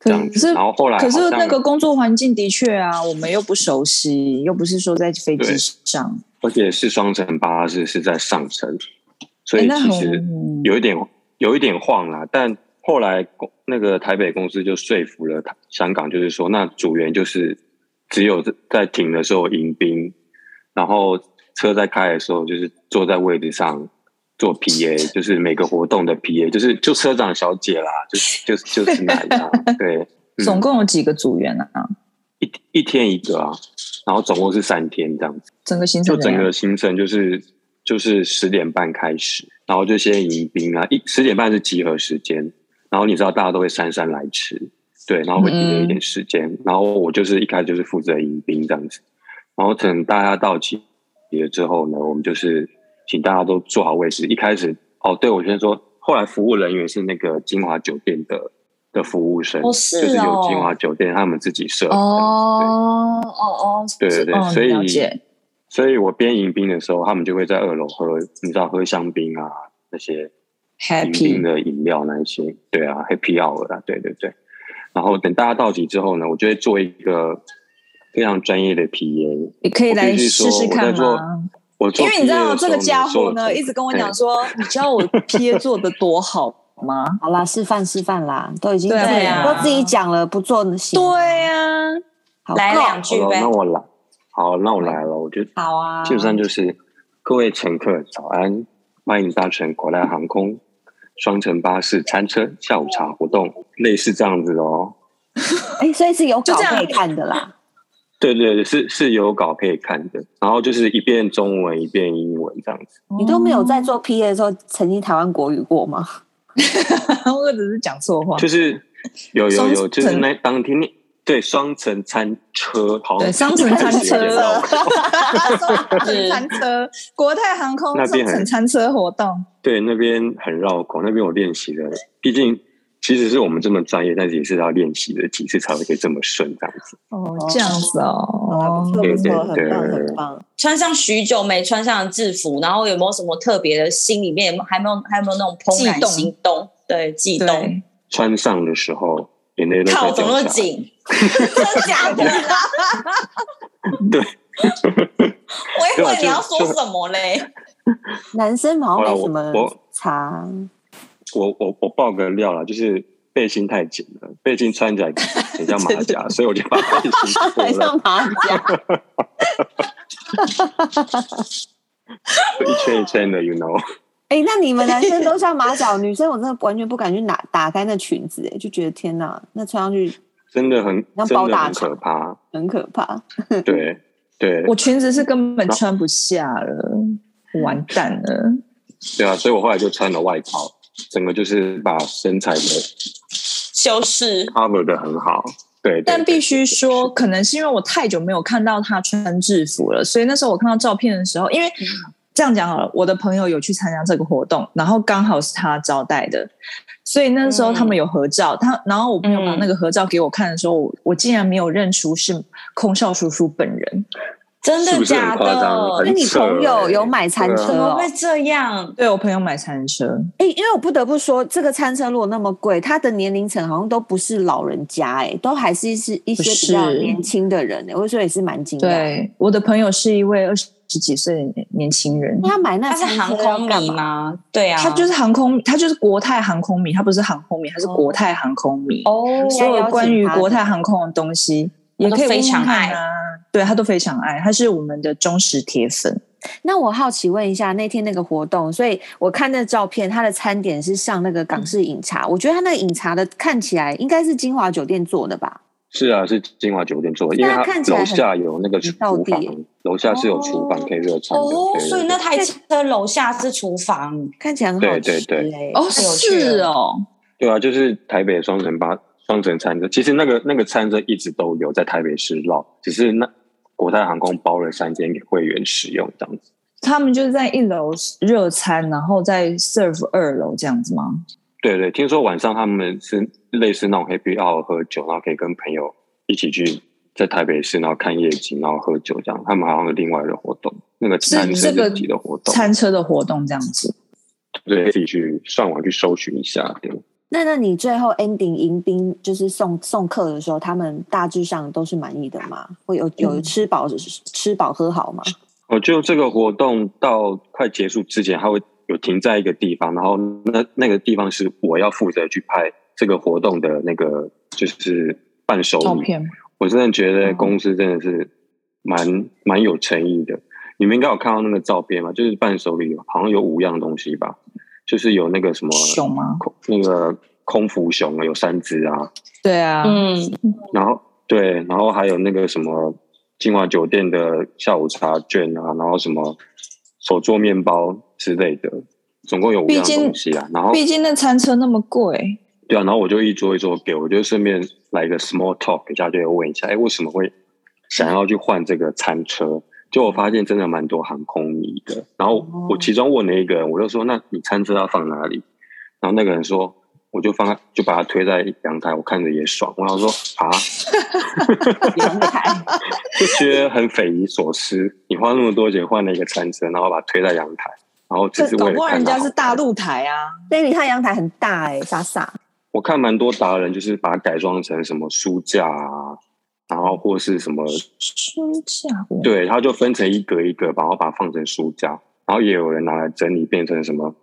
Speaker 1: 这样
Speaker 4: 可是，
Speaker 1: 然后后来
Speaker 4: 可是那个工作环境的确啊，我们又不熟悉，又不是说在飞机上，
Speaker 1: 而且是双层巴士是在上层，所以
Speaker 4: 诶那
Speaker 1: 其
Speaker 4: 很嗯
Speaker 1: 实有一点有一点晃啦，但。后来公那个台北公司就说服了台香港，就是说那组员就是只有在停的时候迎宾，然后车在开的时候就是坐在位置上做 PA，就是每个活动的 PA，就是就车长小姐啦，就就就是那样，对，嗯
Speaker 4: 总共有几个组员啊？
Speaker 1: 一一天一个啊，然后总共是三天这样子，
Speaker 4: 整个行
Speaker 1: 就
Speaker 4: 程怎
Speaker 1: 整
Speaker 4: 样
Speaker 1: 个行程就是就是十点半开始，然后就先迎宾啊，一十点半是集合时间，然后你知道大家都会姗姗来迟，对，然后会
Speaker 4: 嗯
Speaker 1: 积累一点时间，然后我就是一开始就是负责迎宾这样子，然后等大家到齐了之后呢，我们就是请大家都坐好位置，一开始哦，对我先说，后来服务人员是那个金华酒店的。的服务生、
Speaker 3: 哦是
Speaker 1: 就是由
Speaker 3: 哦
Speaker 1: 金华酒店他们自己设的
Speaker 4: 哦哦哦，
Speaker 1: 对对对
Speaker 4: 哦
Speaker 1: 所以
Speaker 4: 了解，
Speaker 1: 所以我边迎宾的时候，他们就会在二楼喝，你知道喝香槟啊那些迎
Speaker 4: Happy
Speaker 1: 宾的饮料那一些，对啊，Happy Hour 啊，对对对。然后等大家到齐之后呢，我就会做一个非常专业的 PA。
Speaker 4: 你可以来试试看
Speaker 1: 我必须说我在
Speaker 4: 吗？
Speaker 1: 我做
Speaker 4: 因为你知
Speaker 1: PA
Speaker 4: 道
Speaker 1: 的时
Speaker 4: 这
Speaker 1: 候
Speaker 4: 个家伙
Speaker 1: 所
Speaker 4: 呢，
Speaker 1: 有
Speaker 4: 一直跟我讲说，你知道我 P A 做的多好吗？
Speaker 2: 好啦，示范示范啦，都已经
Speaker 4: 对啊
Speaker 2: 自己
Speaker 3: 对啊
Speaker 2: 都自己讲了，不做能行？
Speaker 4: 对啊呀、
Speaker 2: 好
Speaker 3: 来
Speaker 2: 够
Speaker 3: 两句
Speaker 1: 好了，
Speaker 3: 呗
Speaker 1: 那，我来，好，那我来了，我就
Speaker 3: 好啊，
Speaker 1: 基本上就是各位乘客早安，欢迎搭乘国泰航空双层巴士餐车下午茶活动，类似这样子的哦。
Speaker 2: 哎，所以是有稿
Speaker 4: 就这样
Speaker 2: 可以看的啦。
Speaker 1: 对对对，是是有稿可以看的，然后就是一遍中文一遍英文这样子。
Speaker 2: 你都没有
Speaker 1: 嗯
Speaker 2: 在做 P A 的时候曾经台湾国语过吗？
Speaker 4: 哦，我只是讲 错话，
Speaker 1: 就是有有
Speaker 4: 双
Speaker 1: 有，
Speaker 4: 层
Speaker 1: 就是那当天你对双层餐车，好像
Speaker 4: 对，双层餐车
Speaker 1: 有点绕口，
Speaker 4: 双层餐啊 车，国泰航空
Speaker 1: 那边
Speaker 4: 双
Speaker 1: 很
Speaker 4: 层餐车活动，
Speaker 1: 对那边很绕口，那边我练习了，毕竟其实是我们这么专业，但是也是要练习的几次才会可以这么顺这样子。
Speaker 4: 哦，这样子哦，
Speaker 2: 不错
Speaker 1: 对
Speaker 2: 不
Speaker 1: 对
Speaker 2: 错，很棒
Speaker 1: 对对
Speaker 2: 很棒。
Speaker 3: 穿上许久没穿上的制服，然后有没有什么特别的心里面有没有还没有还有没有那种怦
Speaker 4: 悸
Speaker 3: 然
Speaker 4: 动
Speaker 3: 心动？对，悸动。
Speaker 4: 对，
Speaker 1: 穿上的时候，眼泪都快
Speaker 3: 靠，
Speaker 1: 掉
Speaker 3: 怎么那么
Speaker 1: 下来。
Speaker 3: 紧？ 真假的啦？
Speaker 1: 对，
Speaker 3: 我以
Speaker 1: 对啊
Speaker 3: 为
Speaker 1: 就
Speaker 3: 你要说
Speaker 1: 就
Speaker 3: 什么嘞？
Speaker 2: 男生
Speaker 1: 好
Speaker 2: 好像没什
Speaker 1: 啦我
Speaker 2: 么
Speaker 1: 我
Speaker 2: 差，
Speaker 1: 我我我爆个料啦，就是背心太紧了，背心穿起来很像马
Speaker 4: 对对
Speaker 1: 甲，啊所以我就把背心 脱
Speaker 2: 很
Speaker 1: 了。
Speaker 2: 像马甲。
Speaker 1: 一圈一圈的，you know，
Speaker 2: 哎，那你们男生都像马甲， 女生我真的完全不敢去拿打开那裙子，哎，就觉得天哪，那穿上去
Speaker 1: 真的很
Speaker 2: 像
Speaker 1: 真
Speaker 2: 包
Speaker 1: 的
Speaker 2: 大
Speaker 1: 很
Speaker 2: 肠
Speaker 1: 可怕。
Speaker 2: 很可怕。
Speaker 1: 对对
Speaker 4: 我裙子是根本穿不下了，完蛋了，
Speaker 1: 对啊，所以我后来就穿了外套，整个就是把身材的
Speaker 3: 修饰
Speaker 1: cover 的很好。对，对
Speaker 4: 但
Speaker 1: 对
Speaker 4: 必须说，可能是因为我太久没有看到他穿制服了，所以那时候我看到照片的时候，因为
Speaker 1: 嗯
Speaker 4: 这样讲好了，我的朋友有去参加这个活动，然后刚好是他招待的，所以那时候
Speaker 1: 嗯
Speaker 4: 他们有合照，他然后我朋友把那个合照给我看的时候，我我竟然没有认出是空少叔叔本人，
Speaker 3: 真
Speaker 1: 是不
Speaker 3: 的
Speaker 1: 是很
Speaker 3: 假
Speaker 1: 夸张啊
Speaker 3: 的
Speaker 1: 很
Speaker 2: 那？你朋友有买餐车
Speaker 3: 怎么
Speaker 2: 哦？
Speaker 3: 会这样？
Speaker 4: 对我朋友买餐车，
Speaker 2: 哎、因为我不得不说，这个餐车如果那么贵，它的年龄层好像都不是老人家、哎，都还是是一些比较
Speaker 4: 不是
Speaker 2: 年轻的人、哎，我说也是蛮惊讶。，
Speaker 4: 对，我的朋友是一位二十几岁的年年轻人。
Speaker 2: 他买那
Speaker 3: 他是
Speaker 2: 餐
Speaker 3: 航
Speaker 2: 车要
Speaker 3: 空
Speaker 2: 干
Speaker 3: 迷
Speaker 2: 嘛？
Speaker 3: 吗？对啊，
Speaker 4: 他就是航空，他就是国泰航空迷，他不是航空迷，他是
Speaker 3: 哦
Speaker 4: 国泰航空迷。
Speaker 3: 哦，
Speaker 4: 所有关于国泰航空的东西，也可以问问看啊。对他都非常爱，他是我们的忠实铁粉。
Speaker 2: 那我好奇问一下，那天那个活动，所以我看那照片，它的餐点是上那个
Speaker 1: 嗯
Speaker 2: 港式饮茶，我觉得它那个饮茶的看起来应该是金华酒店做的吧？
Speaker 1: 是啊，是金华酒店做的，因
Speaker 2: 那
Speaker 1: 为它
Speaker 2: 看起来
Speaker 1: 楼
Speaker 2: 很
Speaker 1: 下有那个厨
Speaker 2: 很到地
Speaker 1: 房
Speaker 2: 耶，
Speaker 1: 楼下是有厨房可以热餐的。
Speaker 3: 哦，
Speaker 1: 对对
Speaker 3: 所以那
Speaker 1: 对
Speaker 3: 台车楼下是厨房，
Speaker 2: 看起来很好吃、
Speaker 1: 对
Speaker 2: 欸。
Speaker 1: 对对
Speaker 4: 哦，
Speaker 3: 太有趣
Speaker 4: 是
Speaker 3: 了
Speaker 4: 哦，
Speaker 1: 对啊，就是台北双城吧，双城餐车，其实那个那个餐车一直都有在台北市绕，只是那国泰航空包了三间给会员使用这样子。
Speaker 4: 他们就是在一楼热餐，然后再 serve 二楼这样子吗？
Speaker 1: 对对，听说晚上他们是类似那种 happy hour 喝酒，然后可以跟朋友一起去在台北市，然后看夜景，然后喝酒这样。他们好像有另外的活动，那个
Speaker 4: 是
Speaker 1: 餐车
Speaker 4: 这个
Speaker 1: 自己的活动，
Speaker 4: 餐车的活动这样子。
Speaker 1: 对，自己去上网去搜寻一下。对，
Speaker 2: 那那你最后 ending 迎宾就是送送客的时候，他们大致上都是满意的吗？会有有
Speaker 4: 嗯
Speaker 2: 吃饱、吃饱喝好吗？
Speaker 1: 哦，就这个活动到快结束之前，它会有停在一个地方，然后那那个地方是我要负责去拍这个活动的那个就是伴手
Speaker 4: 照
Speaker 1: 礼。
Speaker 4: 片
Speaker 1: 我真的觉得
Speaker 4: 嗯
Speaker 1: 公司真的是蛮蛮有诚意的。你们应该有看到那个照片嘛？就是伴手礼好像有五样东西吧，就是有那个什么
Speaker 4: 熊吗？
Speaker 1: 空那个空腹熊啊有三只啊，
Speaker 4: 对啊，
Speaker 3: 嗯，
Speaker 1: 然后对，然后还有那个什么金华酒店的下午茶券啊，然后什么手做面包之类的，总共有五
Speaker 4: 毕
Speaker 1: 样
Speaker 4: 竟
Speaker 1: 东西啊。然后
Speaker 4: 毕竟那餐车那么贵，
Speaker 1: 对啊，然后我就一桌一桌给，我就顺便来一个 small talk 一下，就问一下，哎，为什么会想要去换这个餐车？就我发现真的蛮多航空迷的。然后
Speaker 4: 哦
Speaker 1: 我其中问了一个人，我就说，那你餐车要放哪里？然后那个人说，我就放，就把它推在阳台，我看着也爽。我想说啊，
Speaker 2: 阳台
Speaker 1: 就觉得很匪夷所思。你花那么多钱换了一个餐车，然后把它推在阳台，然后只
Speaker 4: 这
Speaker 1: 是
Speaker 4: 搞
Speaker 1: 为了
Speaker 4: 不好
Speaker 1: 看
Speaker 4: 人
Speaker 1: 它
Speaker 4: 家
Speaker 1: 好
Speaker 4: 是大露台啊。
Speaker 2: 对，你看阳台很大哎、欸，傻傻。
Speaker 1: 我看蛮多达人就是把它改装成什么书架啊，然后或是什么，
Speaker 4: 书架，
Speaker 1: 对，它就分成一格一格，然后把它放成书架，然后也有人拿来整理变成什么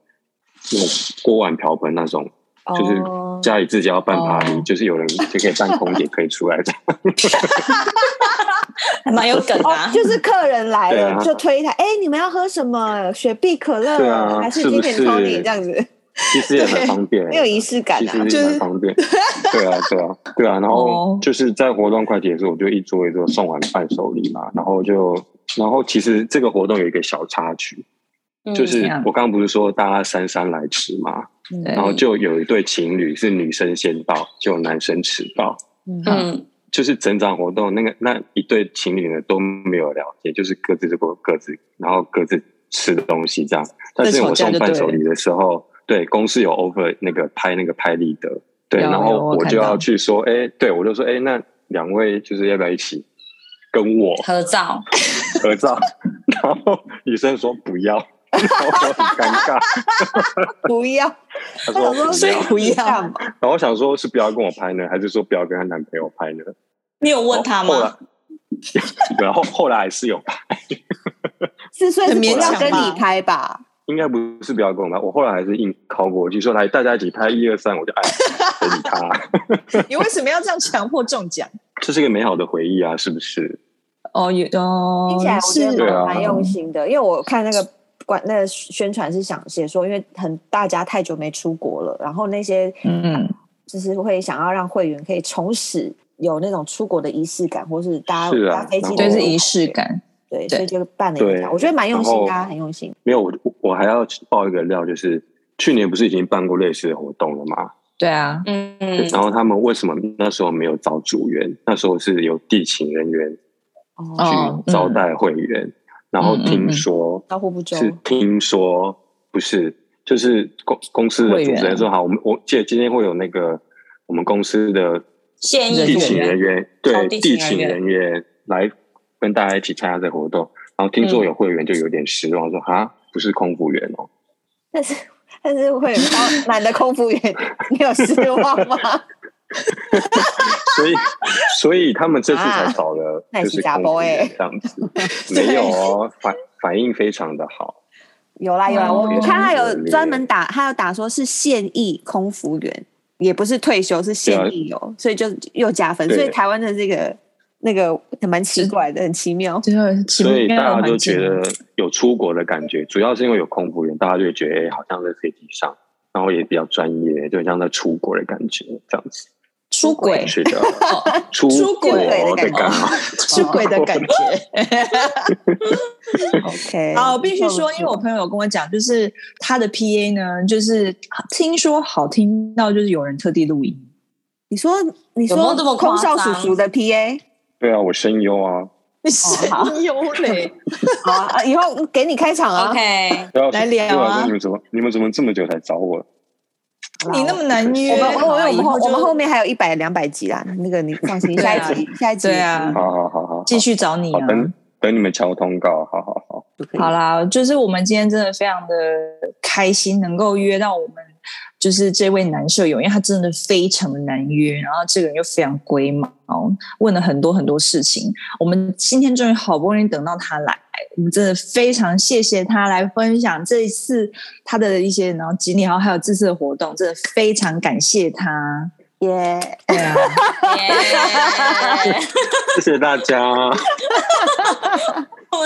Speaker 1: 那种锅碗瓢盆那种，就是
Speaker 3: 哦
Speaker 1: 家里自己要办 party，、
Speaker 4: 哦
Speaker 1: 就是有人就可以办空姐可以出来这样。
Speaker 3: 还蛮有梗
Speaker 2: 哦
Speaker 3: 啊，，
Speaker 2: 就是客人来
Speaker 1: 对
Speaker 2: 了、
Speaker 1: 啊
Speaker 2: 就推一台，哎、你们要喝什么？雪碧、可乐、
Speaker 1: 对啊
Speaker 2: 还是
Speaker 1: 是不
Speaker 2: 金
Speaker 1: 是
Speaker 2: 点 Tony 这样子？
Speaker 1: 其实也蛮方便的，
Speaker 2: 没有仪式感
Speaker 1: 其
Speaker 2: 啊
Speaker 1: 实
Speaker 4: 就是
Speaker 1: 蛮方便。对啊，对啊，对啊。然后
Speaker 4: 哦
Speaker 1: 就是在活动快结束，我就一桌一桌送完伴手礼嘛，然后就，然后其实这个活动有一个小插曲，
Speaker 3: 嗯
Speaker 1: 就是
Speaker 4: 怎样
Speaker 1: 我刚刚不是说大家姗姗来迟嘛，
Speaker 4: 对
Speaker 1: 然后就有一对情侣是女生先到，就男生迟到。
Speaker 3: 嗯，
Speaker 1: 就是整场活动，那个那一对情侣呢都没有聊天，就是各自过各自，然后各自吃的东西这样。但是我送伴手礼的时候，对公司有 offer 那个拍那个拍立得，对，
Speaker 4: 有
Speaker 1: 然
Speaker 4: 有
Speaker 1: 后
Speaker 4: 我
Speaker 1: 我
Speaker 4: 看
Speaker 1: 就要
Speaker 4: 到
Speaker 1: 去说，哎、对我就说，哎、那两位就是要不要一起跟我
Speaker 3: 合照，
Speaker 1: 合照？ 然后女生说不要，然后我很尴尬，
Speaker 2: 不要，
Speaker 1: 她说
Speaker 2: 我
Speaker 1: 不要，
Speaker 2: 不要嘛，
Speaker 1: 然后我想说是不要跟我拍呢，还是说不要跟她男朋友拍呢？
Speaker 3: 你有问他
Speaker 1: 后来
Speaker 3: 吗？，
Speaker 1: 然后后来 还是有拍。
Speaker 2: 是所以是不
Speaker 4: 很勉
Speaker 2: 要
Speaker 4: 强
Speaker 2: 跟
Speaker 4: 吧
Speaker 2: 你拍吧？
Speaker 1: 应该不是不要跟我拍，我后来还是硬考过去说来大家一起拍一二三，我就哎谁理他、
Speaker 4: 你为什么要这样强迫中奖？
Speaker 1: 这是一个美好的回忆啊，是不是？
Speaker 4: 哦，有哦，
Speaker 2: 听起来我觉得
Speaker 4: 是
Speaker 1: 对啊
Speaker 2: 蛮蛮用心的，因为我看那个管那个宣传是想写说，因为很大家太久没出国了，然后那些
Speaker 4: 嗯，
Speaker 2: 就是会想要让会员可以重拾有那种出国的仪式感，或是搭
Speaker 1: 是啊
Speaker 2: 搭飞机的
Speaker 4: 对，
Speaker 1: 然后
Speaker 4: 是仪式，感。
Speaker 2: 对，
Speaker 4: 对
Speaker 2: 所以就办了一
Speaker 1: 对
Speaker 2: 场，我觉得蛮用心
Speaker 1: 然，后
Speaker 2: 大家很用心。
Speaker 1: 没有，我我还要爆一个料，就是去年不是已经办过类似的活动了吗？
Speaker 4: 对啊，
Speaker 3: 嗯
Speaker 1: 对
Speaker 3: 嗯，
Speaker 1: 然后他们为什么那时候没有找组员？那时候是由地勤人员
Speaker 2: 哦，嗯
Speaker 4: 哦，
Speaker 1: 去招
Speaker 4: 嗯，
Speaker 1: 待会员，然后听说、
Speaker 2: 招呼不周，
Speaker 1: 是听说不是，就是公公司的主持人说好，我们我记得今天会有那个我们公司的
Speaker 3: 现役
Speaker 1: 地
Speaker 3: 人
Speaker 1: 勤人
Speaker 3: 员，
Speaker 1: 员，
Speaker 3: 哦
Speaker 1: 对
Speaker 3: 地
Speaker 1: 地
Speaker 3: 勤
Speaker 1: 勤
Speaker 3: 人
Speaker 1: 人员来跟大家一起参加这个活动。然后听说有会员就有点失望，说哈不是空服员哦，
Speaker 2: 但是但是会员包满的空服员， 你有失望吗？
Speaker 1: 所以所以他们这次才找了
Speaker 2: 那也
Speaker 1: 就是是
Speaker 2: 假
Speaker 1: 空
Speaker 2: 包
Speaker 1: 服
Speaker 2: 欸
Speaker 1: 员这样子，没有哦，反反应非常的好，
Speaker 2: 有啦有啦，我
Speaker 4: 哦
Speaker 2: 我看他有专门打，他有打说是现役空服员，也不是退休，是现役哦，所以就又加分。
Speaker 1: 对
Speaker 2: 所以台湾的这个那个蛮奇怪的，很奇 妙。
Speaker 4: 最后奇
Speaker 1: 所以
Speaker 4: 妙的
Speaker 1: 大家就
Speaker 4: 环境
Speaker 1: 觉得有出国的感觉，主要是因为有空服员，大家就会觉得哎好像在飞机上，然后也比较专业，就很像在出国的感觉这样子。
Speaker 4: 出轨，
Speaker 1: 是的，出
Speaker 4: 出轨
Speaker 1: 国的感觉，
Speaker 4: 出轨的感觉。
Speaker 2: OK，
Speaker 4: 好，哦我必须说，因为我朋友有跟我讲，就是他的 PA 呢，就是听说好听到就是有人特地录音，
Speaker 2: 你说你
Speaker 3: 有没
Speaker 2: 说
Speaker 3: 有这么
Speaker 2: 空
Speaker 3: 夸
Speaker 2: 少
Speaker 3: 张
Speaker 2: 叔叔的 PA，
Speaker 1: 对啊，我声优啊，
Speaker 2: 哦
Speaker 4: 你声优嘞，
Speaker 2: 好啊，啊以后给你开场啊。
Speaker 3: OK，
Speaker 1: 对啊，
Speaker 4: 来聊啊嗯
Speaker 1: 对说你们怎么你们怎么这么久才找我？
Speaker 2: 好啦
Speaker 4: 你那么难约，
Speaker 2: 我们
Speaker 4: 好
Speaker 2: 我们我
Speaker 4: 以
Speaker 2: 们后
Speaker 4: 就
Speaker 2: 我们后面还有一百两百集啦，那个你放心，
Speaker 4: 对
Speaker 2: 下
Speaker 4: 啊
Speaker 2: 一集下一集
Speaker 4: 对啊
Speaker 1: 好好好好，
Speaker 4: 继续找你
Speaker 1: 好
Speaker 4: 啊。
Speaker 1: 等等你们敲通告，好好好，
Speaker 4: 好啦，就是我们今天真的非常的开心，能够约到我们就是这位男舍友，因为他真的非常的难约，然后这个人又非常龟毛，问了很多很多事情。我们今天终于好不容易等到他来，我们真的非常谢谢他来分享这一次他的一些，然后经历，然后还有这次的活动，真的非常感谢他。
Speaker 2: 耶，
Speaker 4: 对啊，
Speaker 3: 耶
Speaker 1: 谢谢大家，
Speaker 3: 我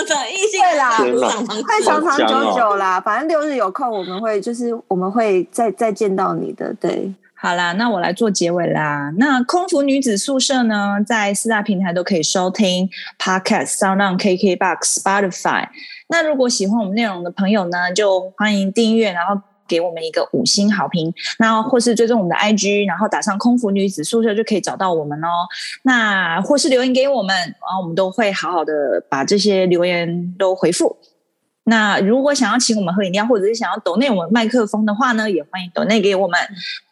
Speaker 3: 的异性
Speaker 2: 对啦
Speaker 3: 恋上堂
Speaker 2: 快
Speaker 3: 子
Speaker 2: 长长
Speaker 1: 好
Speaker 2: 久
Speaker 1: 香哦
Speaker 2: 久啦，反正六日有空我们会就是我们会再再见到你的，对。
Speaker 4: 好啦，那我来做结尾啦。那空服女子宿舍呢，在四大平台都可以收听 Podcast、Sound On、KKBox、Spotify。那如果喜欢我们内容的朋友呢，就欢迎订阅，然后给我们一个五星好评，那或是追踪我们的 IG，然后打上“空服女子宿舍”就可以找到我们哦。那或是留言给我们，然后我们都会好好的把这些留言都回复。那如果想要请我们喝饮料，或者是想要抖内我们麦克风的话呢，也欢迎抖内给我们。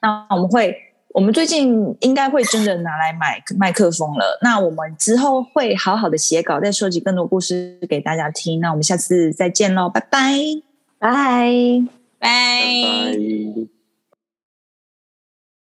Speaker 4: 那我们会，我们最近应该会真的拿来买麦克风了。那我们之后会好好的写稿，再收集更多故事给大家听。 那我们下次再见喽，拜拜。
Speaker 2: 拜。
Speaker 3: 拜
Speaker 1: 拜。拜。